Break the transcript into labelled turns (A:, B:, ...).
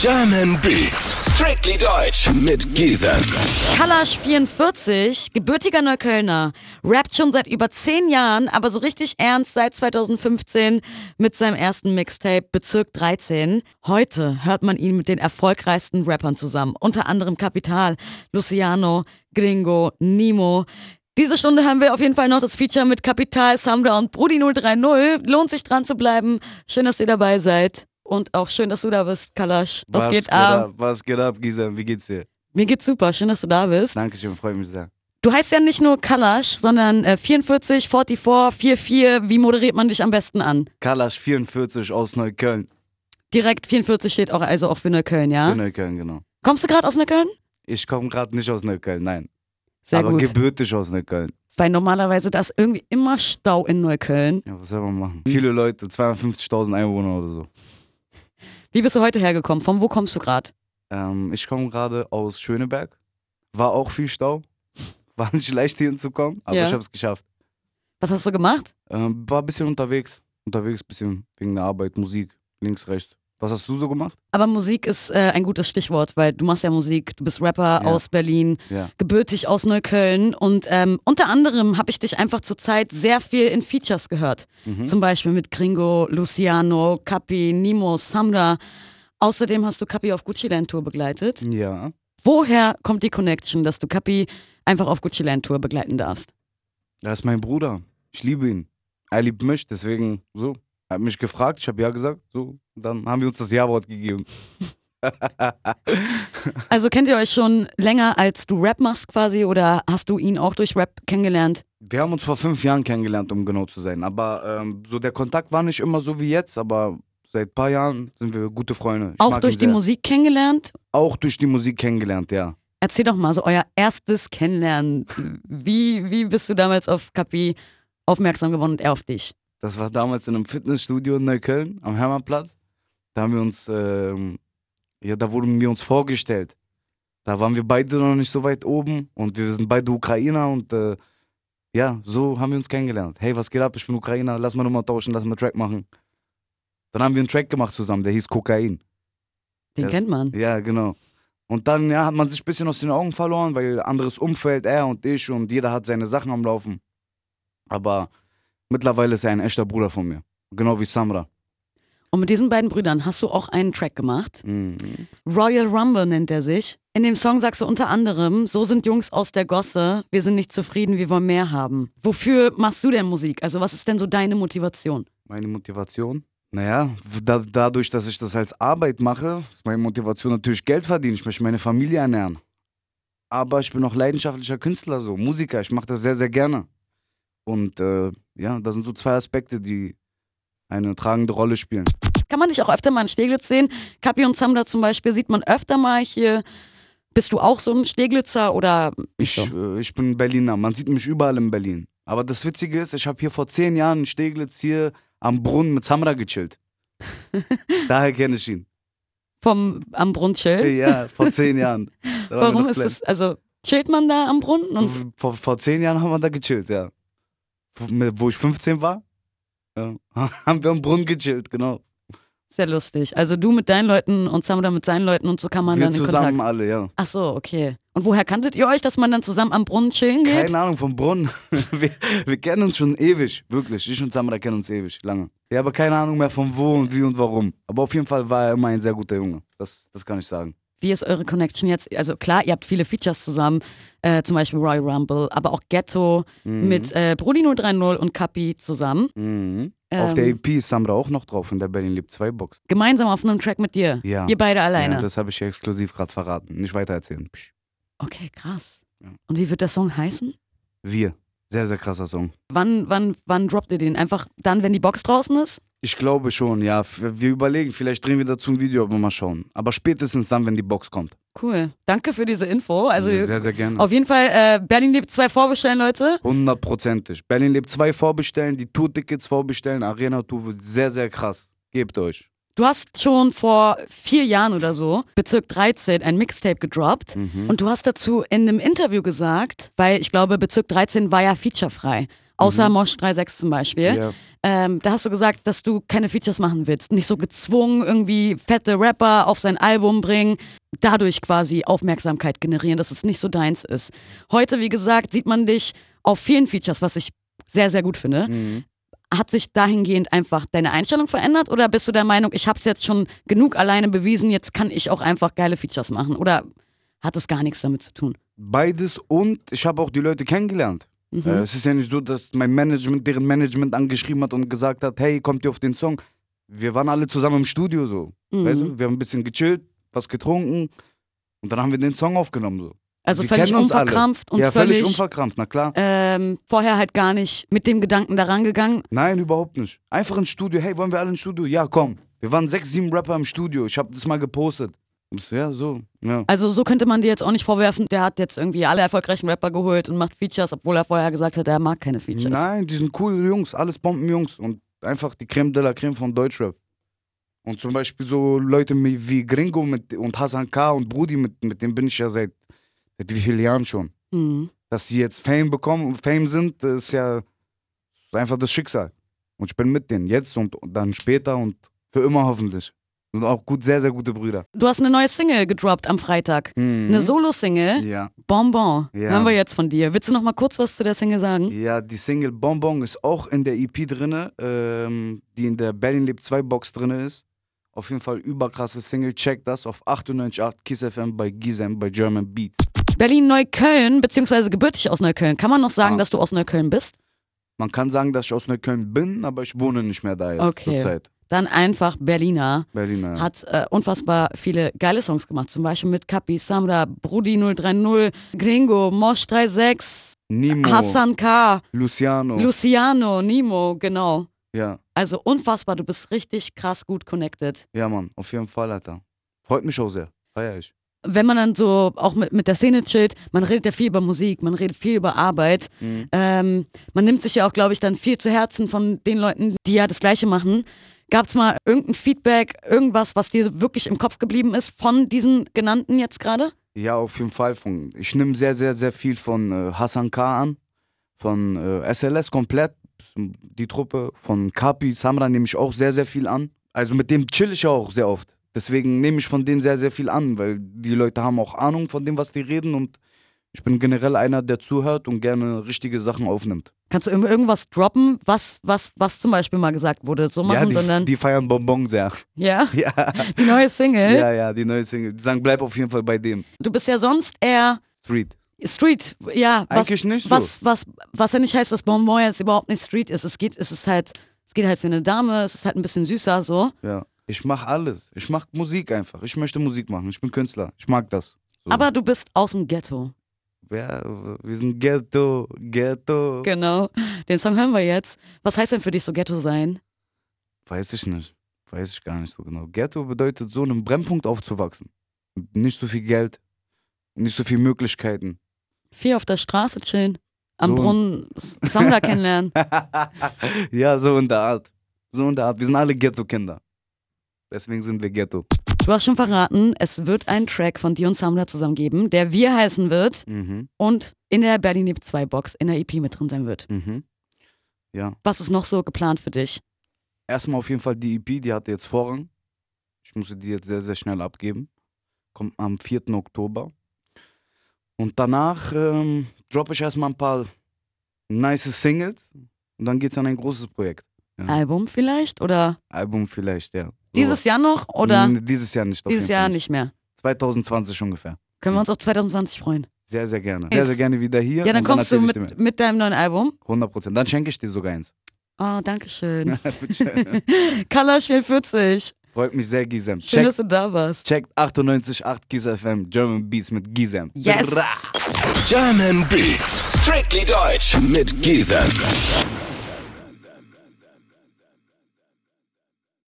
A: German Beats, strictly deutsch mit Giesen.
B: Kalasch44, gebürtiger Neuköllner, rappt schon seit über zehn Jahren, aber so richtig ernst seit 2015 mit seinem ersten Mixtape Bezirk 13. Heute hört man ihn mit den erfolgreichsten Rappern zusammen, unter anderem Capital, Luciano, Gringo, Nimo. Diese Stunde haben wir auf jeden Fall noch das Feature mit Capital, Samra und Brudi030. Lohnt sich dran zu bleiben. Schön, dass ihr dabei seid. Und auch schön, dass du da bist, Kalasch. Was, geht ab?
C: Was geht ab, Gisem? Wie geht's dir?
B: Mir geht's super, schön, dass du da bist.
C: Dankeschön, freue mich sehr.
B: Du heißt ja nicht nur Kalasch, sondern äh, 44, 44, 44. Wie moderiert man dich am besten an?
C: Kalasch 44 aus Neukölln.
B: Direkt 44 steht auch also auch für Neukölln, ja?
C: In Neukölln, genau.
B: Kommst du gerade aus Neukölln?
C: Ich komme gerade nicht aus Neukölln, nein.
B: Sehr
C: aber
B: gut.
C: gebürtig aus Neukölln.
B: Weil normalerweise da ist irgendwie immer Stau in Neukölln.
C: Ja, was soll man machen?
B: Hm.
C: Viele Leute, 250.000 Einwohner oder so.
B: Wie bist du heute hergekommen? Von wo kommst du gerade?
C: Ähm, ich komme gerade aus Schöneberg. War auch viel Stau. War nicht leicht hier hinzukommen, aber
B: Ja.
C: ich habe es geschafft.
B: Was hast du gemacht?
C: Ähm, war ein bisschen unterwegs. Unterwegs ein bisschen wegen der Arbeit, Musik, links, rechts. Was hast du so gemacht?
B: Aber Musik ist äh, ein gutes Stichwort, weil du machst ja Musik, du bist Rapper
C: Ja.
B: aus Berlin,
C: Ja.
B: gebürtig aus Neukölln und ähm, unter anderem habe ich dich einfach zurzeit sehr viel in Features gehört.
C: Mhm.
B: Zum Beispiel mit Gringo, Luciano, Capi, Nimo, Samra. Außerdem hast du Capi auf Gucci Land Tour begleitet.
C: Mhm. Ja.
B: Woher kommt die Connection, dass du Capi einfach auf Gucci Land Tour begleiten darfst?
C: Das ist mein Bruder. Ich liebe ihn. Er liebt mich, deswegen so. Er hat mich gefragt, ich habe ja gesagt, so. Dann haben wir uns das Ja-Wort gegeben.
B: Also kennt ihr euch schon länger, als du Rap machst quasi oder hast du ihn auch durch Rap kennengelernt?
C: Wir haben uns vor fünf Jahren kennengelernt, um genau zu sein. Aber ähm, so der Kontakt war nicht immer so wie jetzt, aber seit ein paar Jahren sind wir gute Freunde. Ich
B: Auch
C: mag
B: durch
C: ihn
B: die
C: sehr.
B: Musik kennengelernt?
C: Auch durch die Musik kennengelernt, ja.
B: Erzähl doch mal so euer erstes Kennenlernen. Wie, wie bist du damals auf Kapi aufmerksam geworden und er auf dich?
C: Das war damals in einem Fitnessstudio in Neukölln am Hermannplatz. Da haben wir uns, ähm, ja, da wurden wir uns vorgestellt. Da waren wir beide noch nicht so weit oben und wir sind beide Ukrainer und äh, ja, so haben wir uns kennengelernt. Hey, was geht ab? Ich bin Ukrainer, lass mal Nummer tauschen, lass mal einen Track machen. Dann haben wir einen Track gemacht zusammen, der hieß Kokain.
B: Den
C: Das-
B: kennt man.
C: Ja, genau. Und dann ja, hat man sich ein bisschen aus den Augen verloren, weil anderes Umfeld, er und ich und jeder hat seine Sachen am Laufen. Aber mittlerweile ist er ein echter Bruder von mir. Genau wie Samra.
B: Und mit diesen beiden Brüdern hast du auch einen Track gemacht.
C: Mhm.
B: Royal Rumble nennt er sich. In dem Song sagst du unter anderem, so sind Jungs aus der Gosse, wir sind nicht zufrieden, wir wollen mehr haben. Wofür machst du denn Musik? Also was ist denn so deine Motivation?
C: Meine Motivation? Naja, da, dadurch, dass ich das als Arbeit mache, ist meine Motivation natürlich Geld verdienen. Ich möchte meine Familie ernähren. Aber ich bin auch leidenschaftlicher Künstler, so Musiker. Ich mache das sehr, sehr gerne. Und äh, ja, das sind so zwei Aspekte, die eine tragende Rolle spielen.
B: Kann man dich auch öfter mal in Steglitz sehen? Kapi und Samda zum Beispiel sieht man öfter mal hier. Bist du auch so ein Steglitzer oder
C: Ich,
B: so?
C: äh, ich bin Berliner, man sieht mich überall in Berlin. Aber das Witzige ist, ich habe hier vor zehn Jahren in Steglitz hier am Brunnen mit Samra gechillt. Daher kenne ich ihn.
B: vom am Brunnschild?
C: Ja, vor zehn Jahren. Da waren wir
B: Warum
C: noch
B: ist
C: klein.
B: das, also chillt man da am Brunnen? Und
C: Vor, vor zehn Jahren haben wir da gechillt, ja. Wo- mit- Wo ich 15 war, ja, haben wir am Brunnen gechillt, genau.
B: sehr lustig. Also du mit deinen Leuten und Samra mit seinen Leuten und so kann man
C: wir
B: dann in
C: zusammen
B: Kontakt.
C: alle, ja.
B: Ach so, okay. Und woher kanntet ihr euch, dass man dann zusammen am Brunnen chillen geht?
C: Keine Ahnung vom Brunnen. wir, wir kennen uns schon ewig, wirklich. Ich und Samra kennen uns ewig, lange. Ja, aber keine Ahnung mehr von wo und wie und warum. Aber auf jeden Fall war er immer ein sehr guter Junge. Das, das kann ich sagen.
B: Wie ist eure Connection jetzt? Also klar, ihr habt viele Features zusammen, äh, zum Beispiel Royal Rumble, aber auch Ghetto mit äh, Brudino30 und Kapi zusammen.
C: Mhm.
B: Ähm,
C: Auf der EP ist Samra auch noch drauf in der Berlin Lieb 2 Box.
B: Gemeinsam auf einem Track mit dir.
C: Ja.
B: Ihr beide alleine.
C: Ja, das habe ich hier exklusiv gerade verraten. Nicht weitererzählen. Psch.
B: okay, krass.
C: Ja.
B: Und wie wird der Song heißen?
C: Wir. Sehr, sehr krasser Song.
B: Wann, wann, wann droppt ihr den? Einfach dann, wenn die Box draußen ist?
C: Ich glaube schon, ja. F- Wir überlegen, vielleicht drehen wir dazu ein Video, aber mal schauen. Aber spätestens dann, wenn die Box kommt. Mhm.
B: Cool. Danke für diese Info. Also
C: sehr, sehr gerne.
B: auf jeden Fall äh, Berlin lebt zwei vorbestellen, Leute.
C: Hundertprozentig. Berlin lebt zwei vorbestellen, die Tourtickets vorbestellen. Arena-Tour wird sehr, sehr krass. Gebt euch.
B: Du hast schon vor vier Jahren oder so, Bezirk 13, ein Mixtape gedroppt. Und du hast dazu in einem Interview gesagt, weil ich glaube, Bezirk 13 war ja featurefrei. außer Mosh 36 zum Beispiel.
C: Ja.
B: Ähm, da hast du gesagt, dass du keine Features machen willst. Nicht so gezwungen, irgendwie fette Rapper auf sein Album bringen, dadurch quasi Aufmerksamkeit generieren, dass es nicht so deins ist. Heute, wie gesagt, sieht man dich auf vielen Features, was ich sehr, sehr gut finde.
C: Mhm.
B: Hat sich dahingehend einfach deine Einstellung verändert oder bist du der Meinung, ich habe es jetzt schon genug alleine bewiesen, jetzt kann ich auch einfach geile Features machen? Oder hat es gar nichts damit zu tun?
C: Beides und ich habe auch die Leute kennengelernt.
B: Mhm.
C: Äh, es ist ja nicht so, dass mein Management, deren Management angeschrieben hat und gesagt hat, hey, kommt ihr auf den Song? Wir waren alle zusammen im Studio so.
B: Mhm.
C: Weißt du, wir haben ein bisschen gechillt, was getrunken und dann haben wir den Song aufgenommen so.
B: also
C: wir
B: völlig
C: kennen uns alle.
B: unverkrampft und
C: ja, völlig,
B: völlig,
C: unverkrampft, na klar.
B: ähm, vorher halt gar nicht mit dem Gedanken daran gegangen,
C: Nein, überhaupt nicht. Einfach ins Studio, hey, wollen wir alle ins Studio? Ja, komm. Wir waren sechs, sieben Rapper im Studio. Ich habe das mal gepostet. Und so, Ja, so. Ja.
B: Also so könnte man dir jetzt auch nicht vorwerfen, der hat jetzt irgendwie alle erfolgreichen Rapper geholt und macht Features, obwohl er vorher gesagt hat, er mag keine Features.
C: Nein, die sind coole Jungs, alles Bombenjungs und einfach die Creme de la Creme von Deutschrap. Und zum Beispiel so Leute mi- wie Gringo mit, und Hassan K. und Brudi, mit, mit denen bin ich ja seit, seit wie vielen Jahren schon.
B: Mhm.
C: Dass sie jetzt Fame bekommen und Fame sind, das ist ja einfach das Schicksal. Und ich bin mit denen jetzt und, und dann später und für immer hoffentlich. Sind auch gut, sehr, sehr gute Brüder.
B: Du hast eine neue Single gedroppt am Freitag.
C: Mhm.
B: Eine Solo-Single,
C: Ja.
B: Bonbon.
C: Ja.
B: Hören wir jetzt von dir. Willst du noch mal kurz was zu der Single sagen?
C: Ja, die Single Bonbon ist auch in der EP drinne, ähm, die in der Berlin Lebt 2 Box drinne ist. Auf jeden Fall überkrasse Single. Check das auf 98.8 Kiss FM bei Gizem bei German Beats.
B: Berlin-Neukölln, beziehungsweise gebürtig aus Neukölln. Kann man noch sagen,
C: Ah.
B: dass du aus Neukölln bist?
C: Man kann sagen, dass ich aus Neukölln bin, aber ich wohne nicht mehr da jetzt
B: Okay.
C: zurzeit.
B: Dann einfach Berliner.
C: Berliner.
B: Hat äh, unfassbar viele geile Songs gemacht. Zum Beispiel mit Kapi, Samra, Brudi 030, Gringo, Mosh 36,
C: Nimo,
B: Hassan K.,
C: Luciano.
B: Luciano, Nimo, genau.
C: ja,
B: Also unfassbar, du bist richtig krass gut connected.
C: ja, Mann, auf jeden Fall, Alter. Freut mich auch sehr. Feier ich.
B: Wenn man dann so auch mit, mit der Szene chillt, man redet ja viel über Musik, man redet viel über Arbeit.
C: Mhm.
B: Ähm, man nimmt sich ja auch, glaube ich, dann viel zu Herzen von den Leuten, die ja das Gleiche machen. Gab es mal irgendein Feedback, irgendwas, was dir wirklich im Kopf geblieben ist von diesen genannten jetzt gerade?
C: Ja, auf jeden Fall. Von, ich nehme sehr, sehr, sehr viel von äh, Hassan K. an, von äh, SLS komplett, die Truppe, von Kapi, Samra nehme ich auch sehr, sehr viel an. Also mit dem chill ich auch sehr oft. Deswegen nehme ich von denen sehr, sehr viel an, weil die Leute haben auch Ahnung von dem, was die reden und ich bin generell einer, der zuhört und gerne richtige Sachen aufnimmt.
B: Kannst du irgend- irgendwas droppen, was, was, was zum Beispiel mal gesagt wurde? So machen,
C: ja, die,
B: sondern.
C: die feiern Bonbon sehr.
B: ja,
C: Ja.
B: die neue Single.
C: ja, ja, die neue Single. Die sagen, bleib auf jeden Fall bei dem.
B: Du bist ja sonst eher
C: Street.
B: Street, ja, was,
C: Eigentlich nicht so.
B: was, was, was ja nicht heißt, dass Bonbon jetzt überhaupt nicht Street ist. Es geht, es ist halt, es geht halt für eine Dame, es ist halt ein bisschen süßer so.
C: Ja. Ich mache alles. Ich mache Musik einfach. Ich möchte Musik machen. Ich bin Künstler. Ich mag das. So.
B: Aber du bist aus dem Ghetto.
C: ja, wir sind Ghetto, Ghetto.
B: Genau. Den Song hören wir jetzt. Was heißt denn für dich so Ghetto sein?
C: Weiß ich nicht. Weiß ich gar nicht so genau. Ghetto bedeutet so einen Brennpunkt aufzuwachsen. Nicht so viel Geld, nicht so viele Möglichkeiten.
B: Viel auf der Straße chillen, am
C: So.
B: Brunnen S- Sammler kennenlernen.
C: ja, so in der Art. So in der Art. Wir sind alle Ghetto-Kinder. Deswegen sind wir Ghetto.
B: Du hast schon verraten, es wird einen Track von dir und Sammler zusammen geben, der Wir heißen wird
C: Mhm,
B: und in der Berlin Leb 2 Box in der EP mit drin sein wird.
C: mhm.
B: Was ist noch so geplant für dich?
C: erstmal auf jeden Fall die EP, die hatte jetzt Vorrang. Ich musste die jetzt sehr, sehr schnell abgeben. Kommt am 4. Oktober. Und danach ähm, droppe ich erstmal ein paar nice Singles. Und dann geht's an ein großes Projekt. Ja.
B: Album vielleicht oder
C: Album vielleicht, ja. So.
B: dieses Jahr noch oder?
C: Nee, Dieses Jahr nicht. Hm, Hm. auf
B: Dieses
C: jeden
B: Jahr
C: Fall
B: nicht mehr.
C: 2020 ungefähr.
B: Können wir uns auf 2020 freuen.
C: Sehr, sehr gerne.
B: Yes.
C: Sehr, sehr gerne wieder hier.
B: Ja, dann
C: und
B: kommst du
C: erzähl ich dir
B: mit, mit deinem neuen Album.
C: mehr. 100 Prozent. Dann schenke ich dir sogar eins.
B: Oh, danke schön.
C: Bitteschön.
B: Kalash 44.
C: Freut mich sehr, Gisem.
B: Schön,
C: Checkt,
B: dass du da warst.
C: checkt 98.8 Giz FM German Beats mit Gisem.
B: Yes.
A: German Beats. Strictly Deutsch. Mit Giesern.